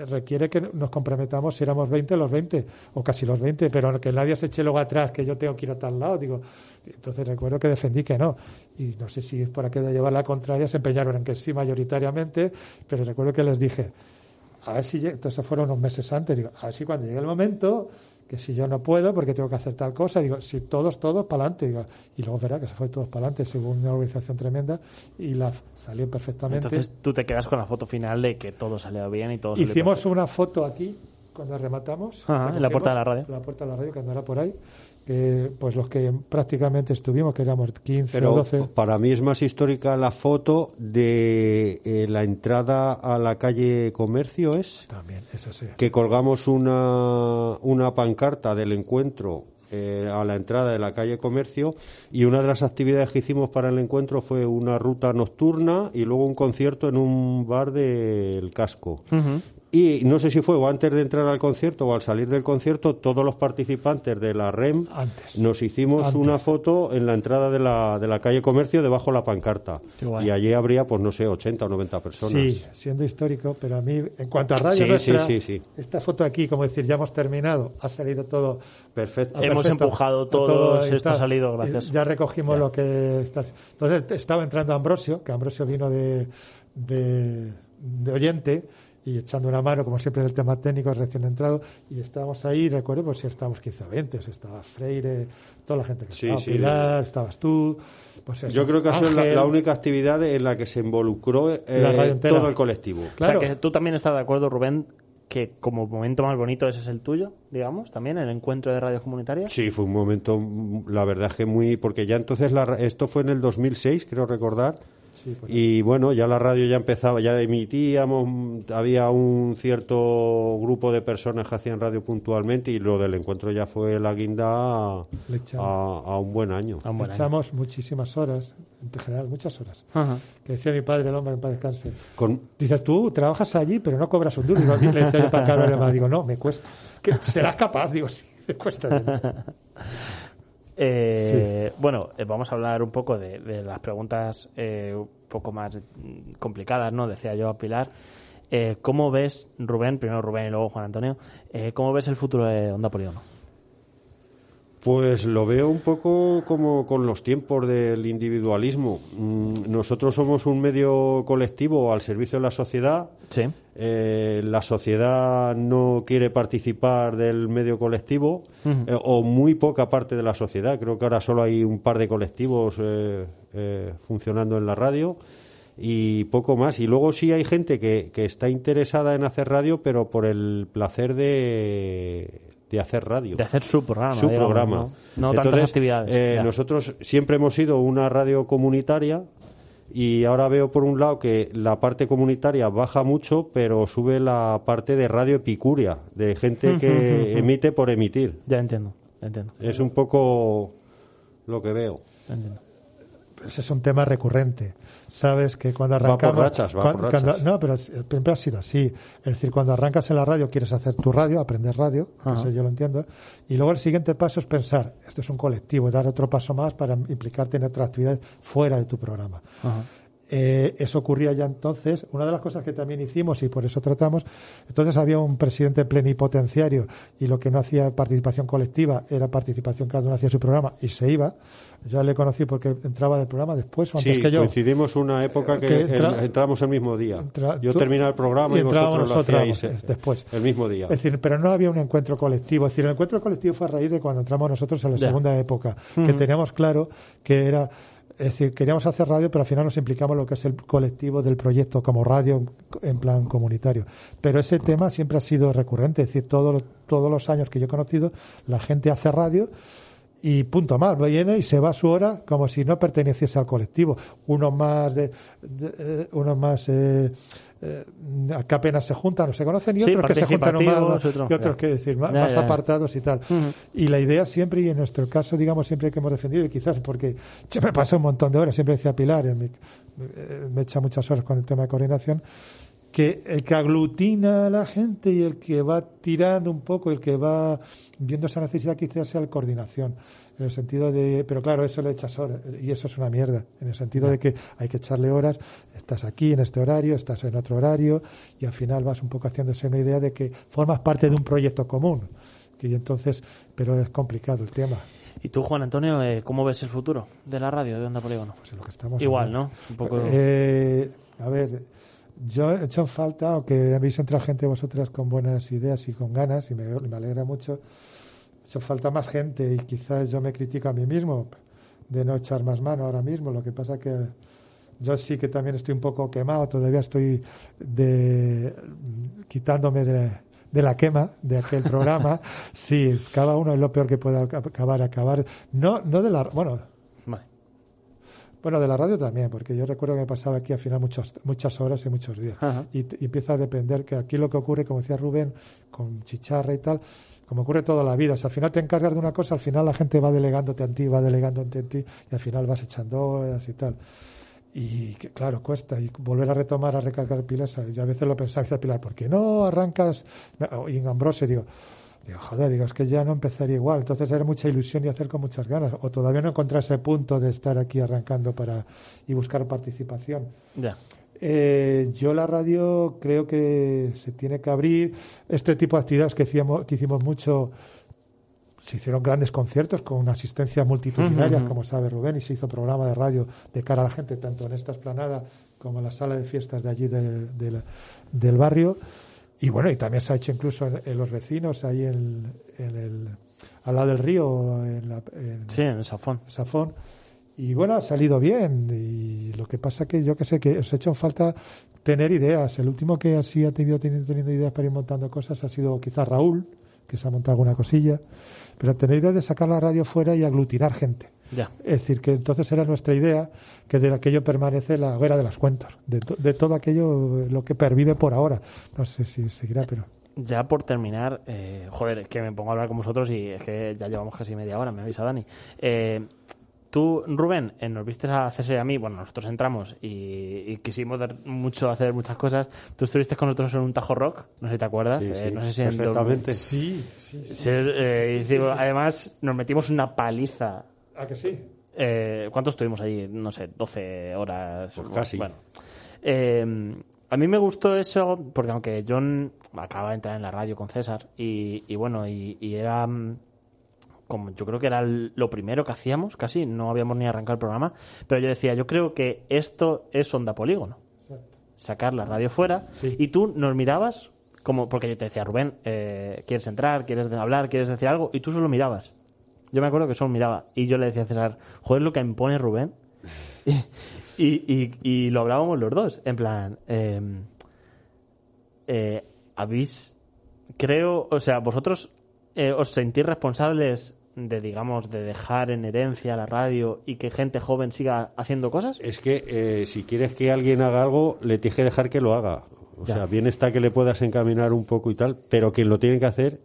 requiere que nos comprometamos si éramos 20, los 20, o casi los 20, pero que nadie se eche luego atrás, que yo tengo que ir a tal lado. Digo, entonces recuerdo que defendí que no. Y no sé si es por aquello de llevar la contraria, se empeñaron en que sí mayoritariamente, pero recuerdo que les dije, a ver si, lle- entonces fueron unos meses antes, digo, a ver si cuando llegue el momento, que si yo no puedo porque tengo que hacer tal cosa, digo, si todos, todos para adelante, digo, y luego verá que se fue todos para adelante, según una organización tremenda, y la f- salió perfectamente.
Entonces tú te quedas con la foto final de que todo salió bien y todo salió
Hicimos una foto aquí cuando rematamos.
Ajá, en la
Recogemos
puerta de la radio.
La puerta de la radio que andará por ahí. que, pues los que prácticamente estuvimos, que éramos 15 o
Pero
12.
para mí es más histórica la foto de eh, la entrada a la calle Comercio, ¿es?
También, eso sí.
que colgamos una, una pancarta del encuentro eh, a la entrada de la calle Comercio y una de las actividades que hicimos para el encuentro fue una ruta nocturna y luego un concierto en un bar del casco. Y no sé si fue o antes de entrar al concierto o al salir del concierto, todos los participantes de la REM
Antes.
nos hicimos
Antes.
una foto en la entrada de la, de la calle Comercio debajo de la pancarta.
Qué guay.
Y allí habría, pues no sé, 80 o 90 personas.
Sí, siendo histórico, pero a mí, en cuanto a radio,
Sí,
nuestra,
sí, sí, sí.
esta foto aquí, como decir, ya hemos terminado, ha salido todo
Perfecto.
Ah,
Hemos empujado todo,
Todo
esto
está.
ha salido, gracias.
Ya recogimos lo que está. Entonces te- estaba entrando Ambrosio, que Ambrosio vino de, de, de Oriente y echando una mano, como siempre en el tema técnico, recién entrado, y estábamos ahí, recuerdo, pues si estábamos quizá 20, o sea, estaba Freire, toda la gente que
Sí,
estaba,
sí,
Pilar, estabas tú, pues eso,
Yo creo que ha sido la,
Ángel.
la única actividad en la que se involucró eh,
La radio entera.
todo el colectivo.
Claro.
O sea, que tú también estás de acuerdo, Rubén, que como momento más bonito ese es el tuyo, digamos, también, el encuentro de radios comunitarias.
Sí, fue un momento, mm, la verdad es que muy, porque ya entonces, la ra- esto fue en el 2006, creo recordar,
Sí, pues por ahí.
y bueno, ya la radio ya empezaba, ya emitíamos, mm, había un cierto grupo de personas que hacían radio puntualmente y lo del encuentro ya fue la guinda a,
Le echamos.
a- a un buen año.
Ah, un buen año.
echamos muchísimas horas, en general, muchas horas.
Ajá.
Que decía mi padre, el hombre, en paz descanse,
Con,
Dices, tú trabajas allí, pero no cobras un duro. Digo, le decía yo para Carlos Alemán, digo, no, me cuesta. ¿Que ¿Serás capaz? Digo, sí, me cuesta.
Eh, Bueno, eh, vamos a hablar un poco de, de las preguntas eh, un poco más mm, complicadas, ¿no? Decía yo a Pilar. Eh, ¿Cómo ves, Rubén, primero Rubén y luego Juan Antonio, eh, cómo ves el futuro de Onda Polígono?
Pues lo veo un poco como con los tiempos del individualismo. Mm, Nosotros somos un medio colectivo al servicio de la sociedad.
Sí.
Eh, la sociedad no quiere participar del medio colectivo eh, o muy poca parte de la sociedad. Creo que ahora solo hay un par de colectivos eh, eh, funcionando en la radio y poco más. Y luego sí hay gente que, que está interesada en hacer radio, pero por el placer de, de hacer radio
De hacer su programa.
su
digamos,
programa.
Ah, No, No
Entonces,
tantas actividades.
eh,
ya.
nosotros siempre hemos sido una radio comunitaria y ahora veo por un lado que la parte comunitaria baja mucho, pero sube la parte de radio epicuria, de gente que emite por emitir.
Ya entiendo, ya entiendo,
Es un poco lo que veo.
ya entiendo.
Ese es un tema recurrente. Sabes que cuando
por
arrancamos.
rachas, va por
cuando-
rachas.
no, pero eh, siempre ha sido así. Es decir, cuando arrancas en la radio, quieres hacer tu radio, aprender radio, que eso yo lo entiendo. Y luego el siguiente paso es pensar, esto es un colectivo, dar otro paso más para implicarte en otras actividades fuera de tu programa. Eh, eso ocurría ya entonces. Una de las cosas que también hicimos y por eso tratamos, entonces había un presidente plenipotenciario y lo que no hacía participación colectiva era participación, cada uno hacía su programa y se iba. Yo le conocí porque entraba del programa después o antes
Sí,
que yo. Eh,
coincidimos una época que,
que entra-
en- entramos el mismo día.
Entra-
Yo
tú-
terminaba el programa
y
y,
entrábamos
vosotros lo
nosotros,
hacíais, eh,
después.
El mismo día.
Es decir, pero no había un encuentro colectivo. Es decir, el encuentro colectivo fue a raíz de cuando entramos nosotros en la
Ya.
segunda época, que teníamos claro que era. Es decir, queríamos hacer radio, pero al final nos implicamos lo que es el colectivo del proyecto como radio en plan comunitario. Pero ese tema siempre ha sido recurrente. Es decir, todos todos los años que yo he conocido, la gente hace radio y punto más, viene y se va a su hora como si no perteneciese al colectivo. Unos más de, de- eh, unos más eh, eh, que apenas se juntan o se conocen y
Sí,
otros que se juntan o más
participativos, otros-
y otros
ya.
que decir más,
Ya,
más
ya, ya.
apartados y tal. Y la idea siempre y en nuestro caso digamos siempre que hemos defendido y quizás porque siempre pasa un montón de horas, siempre decía Pilar, en mi- eh, me echa muchas horas con el tema de coordinación que el que aglutina a la gente y el que va tirando un poco, el que va viendo esa necesidad quizás sea la coordinación. en el sentido de, pero claro, eso le echas horas, y eso es una mierda, en el sentido de que hay que echarle horas, estás aquí en este horario, estás en otro horario, y al final vas un poco haciéndose una idea de que formas parte de un proyecto común. Y entonces, pero es complicado el tema.
¿Y tú, Juan Antonio, eh, cómo ves el futuro de la radio de Onda Polígono?
Pues en lo que estamos
Igual,
hablando.
¿no? Un poco-
Eh, a ver, yo he hecho en falta, aunque habéis entrado gente vosotras con buenas ideas y con ganas, y me, me alegra mucho, he hecho falta más gente y quizás yo me critico a mí mismo de no echar más mano ahora mismo. Lo que pasa que yo sí que también estoy un poco quemado, todavía estoy de, quitándome de, de la quema de aquel programa. sí, cada uno es lo peor que puede acabar, acabar. No, no de la... Bueno,
Vale.
bueno, de la radio también, porque yo recuerdo que me pasaba aquí al final muchos, muchas horas y muchos días.
Ajá.
Y, t- y empieza a depender que aquí lo que ocurre, como decía Rubén, con chicharra y tal, como ocurre toda la vida. Si al final te encargas de una cosa, al final la gente va delegándote en ti, va delegándote en ti, y al final vas echando horas y tal. Y que, claro, cuesta. Y volver a retomar, a recargar pilas. ¿sabes? Yo a veces lo pensaba, decía Pilar, ¿por qué no arrancas? O- Y en Ambrose digo, digo, joder, digo, es que ya no empezaría igual. Entonces era mucha ilusión y hacer con muchas ganas. O todavía no encontrar ese punto de estar aquí arrancando para y buscar participación.
Ya.
Eh, yo la radio creo que se tiene que abrir. Este tipo de actividades que hicimos, que hicimos mucho, se hicieron grandes conciertos con una asistencia multitudinaria, como sabe Rubén, y se hizo programa de radio de cara a la gente, tanto en esta esplanada como en la sala de fiestas de allí de- de la- del barrio. Y bueno, y también se ha hecho incluso en, en los vecinos, ahí en, en el, al lado del río, en la, en-
Sí, en el safón.
Safón. Y bueno, ha salido bien. Y lo que pasa que yo que sé que os he hecho falta tener ideas. El último que así ha tenido teniendo, teniendo ideas para ir montando cosas ha sido quizás Raúl, que se ha montado alguna cosilla. Pero tener ideas de sacar la radio fuera y aglutinar gente.
Ya.
Es decir, que entonces era nuestra idea que de aquello permanece la hoguera de las cuentas, de, to- de todo aquello eh, lo que pervive por ahora. No sé si seguirá, pero.
Ya por terminar, eh, joder, es que me pongo a hablar con vosotros y es que ya llevamos casi media hora, me avisa Dani. Eh, tú, Rubén, eh, nos viste a César y a mí, bueno, nosotros entramos y, y quisimos dar mucho hacer muchas cosas. Tú estuviste con nosotros en un Tajo Rock, no sé si te acuerdas,
Sí,
eh,
sí,
no sé si en
perfectamente.
Sí, sí.
Sí, eh, hicimos- Además, nos metimos una paliza.
¿A que sí?
Eh, ¿Cuánto estuvimos allí? No sé, 12 horas.
Pues casi.
Bueno. Eh, a mí me gustó eso porque aunque John acaba de entrar en la radio con César y, y bueno, y, y era... mm, Como yo creo que era el- lo primero que hacíamos, casi, no habíamos ni arrancado el programa, pero yo decía, yo creo que esto es onda polígono sacar la radio fuera y tú nos mirabas como porque yo te decía Rubén eh, quieres entrar quieres hablar quieres decir algo y tú solo mirabas yo me acuerdo que solo miraba y yo le decía a César joder lo que me pone Rubén y, y- y lo hablábamos los dos en plan eh, eh, habéis creo o sea vosotros eh, os sentís responsables de digamos de dejar en herencia la radio y que gente joven siga haciendo cosas
Es que eh, si quieres que alguien haga algo, le tienes que dejar que lo haga. O
Ya.
sea, bien está que le puedas encaminar un poco y tal, pero quien lo tiene que hacer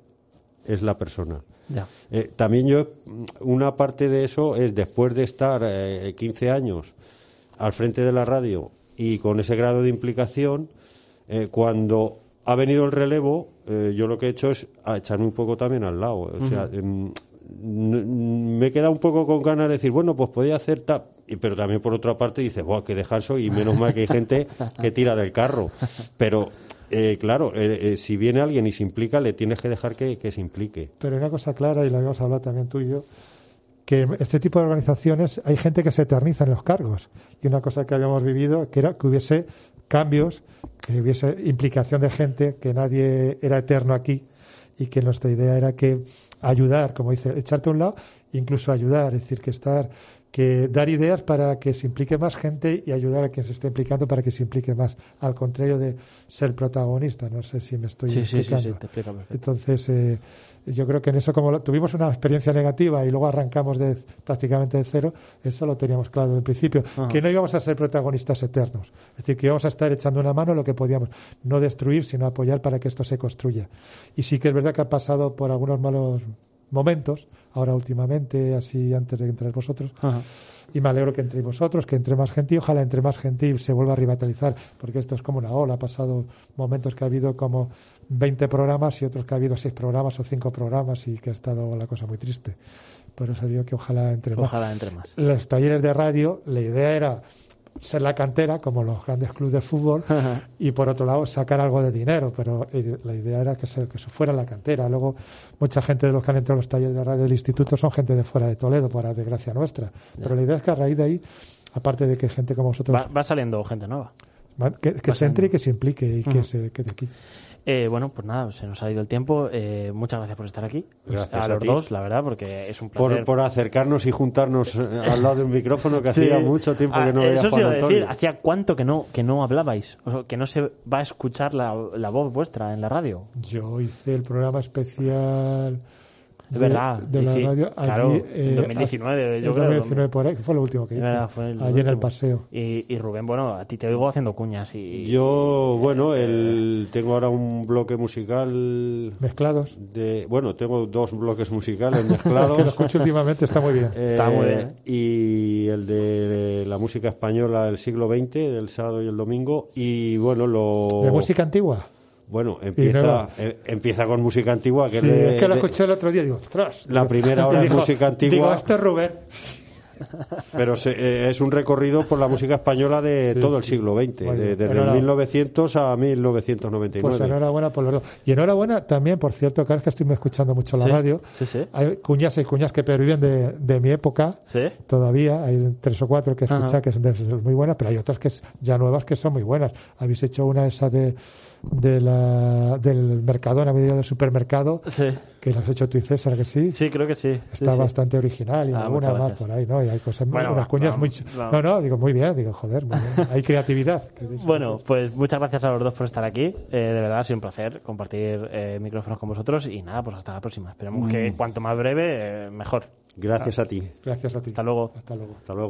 es la persona.
ya
Eh, también yo, mm, una parte de eso es después de estar eh, 15 años al frente de la radio y con ese grado de implicación, eh, cuando ha venido el relevo, eh, yo lo que he hecho es a echarme un poco también al lado. O sea, em, n- n- me he quedado un poco con ganas de decir, bueno, pues podía hacer tap. Y- Pero también por otra parte dices, ¡buah, qué descanso! Y menos mal que hay gente que tira del carro. Pero, eh, claro, eh, eh, si viene alguien y se implica, le tienes que dejar que, que se implique.
Pero una cosa clara, y la habíamos hablado también tú y yo, que este tipo de organizaciones hay gente que se eterniza en los cargos. Y una cosa que habíamos vivido que era que hubiese cambios, que hubiese implicación de gente, que nadie era eterno aquí y que nuestra idea era que ayudar, como dice, echarte a un lado, incluso ayudar, es decir, que estar que dar ideas para que se implique más gente y ayudar a quien se esté implicando para que se implique más, al contrario de ser protagonista, no sé si me estoy
sí sí sí,
explicando.
sí te explico perfecto.
Entonces, eh, yo creo que en eso, como lo- tuvimos una experiencia negativa y luego arrancamos de, prácticamente de cero, eso lo teníamos claro desde el principio, que no íbamos a ser protagonistas eternos. Es decir, que íbamos a estar echando una mano lo que podíamos, no destruir, sino apoyar para que esto se construya. Y sí que es verdad que ha pasado por algunos malos momentos, ahora últimamente, así antes de entrar vosotros,
Ajá.
y me alegro que entre vosotros, que entre más gente y ojalá entre más gente y se vuelva a revitalizar, porque esto es como una ola. Ha pasado momentos que ha habido como 20 programas y otros que ha habido 6 programas o 5 programas y que ha estado la cosa muy triste. Por eso digo que ojalá entre más.
Ojalá entre más.
Los talleres de radio, la idea era ser la cantera, como los grandes clubes de fútbol, y por otro lado sacar algo de dinero, pero eh, la idea era que, se, que eso fuera la cantera. Luego, mucha gente de los que han entrado a los talleres de radio del instituto son gente de fuera de Toledo, para desgracia nuestra. Pero la idea es que a raíz de ahí, aparte de que gente como vosotros
eh, Va, va saliendo gente nueva.
va- que, que se entre y que se implique y que se quede aquí.
Eh, bueno, pues nada, se nos ha ido el tiempo. Eh, muchas gracias por estar aquí.
Gracias
a
a
los
ti.
dos, la verdad, porque es un placer.
Por, por acercarnos y juntarnos eh, al lado de un micrófono que hacía mucho tiempo
Ah,
que no
eh,
veía
Eso
Juan
iba a
Antonio.
decir, ¿hacía cuánto que no, que no hablabais? O sea, que no se va a escuchar la, la voz vuestra en la radio.
Yo hice el programa especial
Es verdad,
de la
sí,
radio
claro,
allí, eh,
en 2019,
en
yo creo,
2019 por ahí, que fue lo último que
Es
hice.
verdad, fue el
allí en el
último.
paseo.
Y, y Rubén, bueno, a ti te oigo haciendo cuñas y...
Yo, bueno, el, tengo ahora un bloque musical
Mezclados.
de... Bueno, tengo dos bloques musicales
Que lo
mezclados.
escucho últimamente, está muy bien.
Eh,
Está muy bien.
Y el de la música española del siglo XX, del sábado y el domingo. Y bueno, lo.
¿De música antigua?
Bueno, empieza,
nueva.
eh, empieza con música antigua. Que
sí,
de-
es que lo
de-
escuché el otro día y digo, ostras.
La primera hora
Y
es música antigua.
Digo, este es Rubén.
Pero se- eh, es un recorrido por la música española de
Sí,
todo el
sí.
siglo XX, de-
Muy bien.
desde
Enhorabuena.
1900 a
Pues
1999.
enhorabuena por los dos. Y enhorabuena también, por cierto, que ahora es que estoy escuchando mucho la
Sí,
radio.
sí, sí.
Hay cuñas y cuñas que perviven de, de mi época.
¿Sí?
Todavía hay tres o cuatro que
Ajá.
escucha que son de- son muy buenas, pero hay otras que es- ya nuevas que son muy buenas. Habéis hecho una esa de, de la, del Mercadona, medio del supermercado,
Sí.
que la has hecho tú y César, que sí.
Sí, creo que sí. sí,
Está
sí.
bastante original y
Ah,
alguna
muchas
más
gracias.
por ahí, ¿no? Y hay cosas,
Bueno,
unas cuñas
vamos,
muy...
vamos.
No, no, digo, muy bien, digo, joder, muy bien. Hay creatividad. que dice.
Bueno, pues muchas gracias a los dos por estar aquí. Eh, de verdad ha sido un placer compartir eh, micrófonos con vosotros y nada, pues hasta la próxima. Esperemos que cuanto más breve, eh, mejor.
Gracias a ti.
Gracias a ti.
Hasta luego.
Hasta luego.
Hasta luego.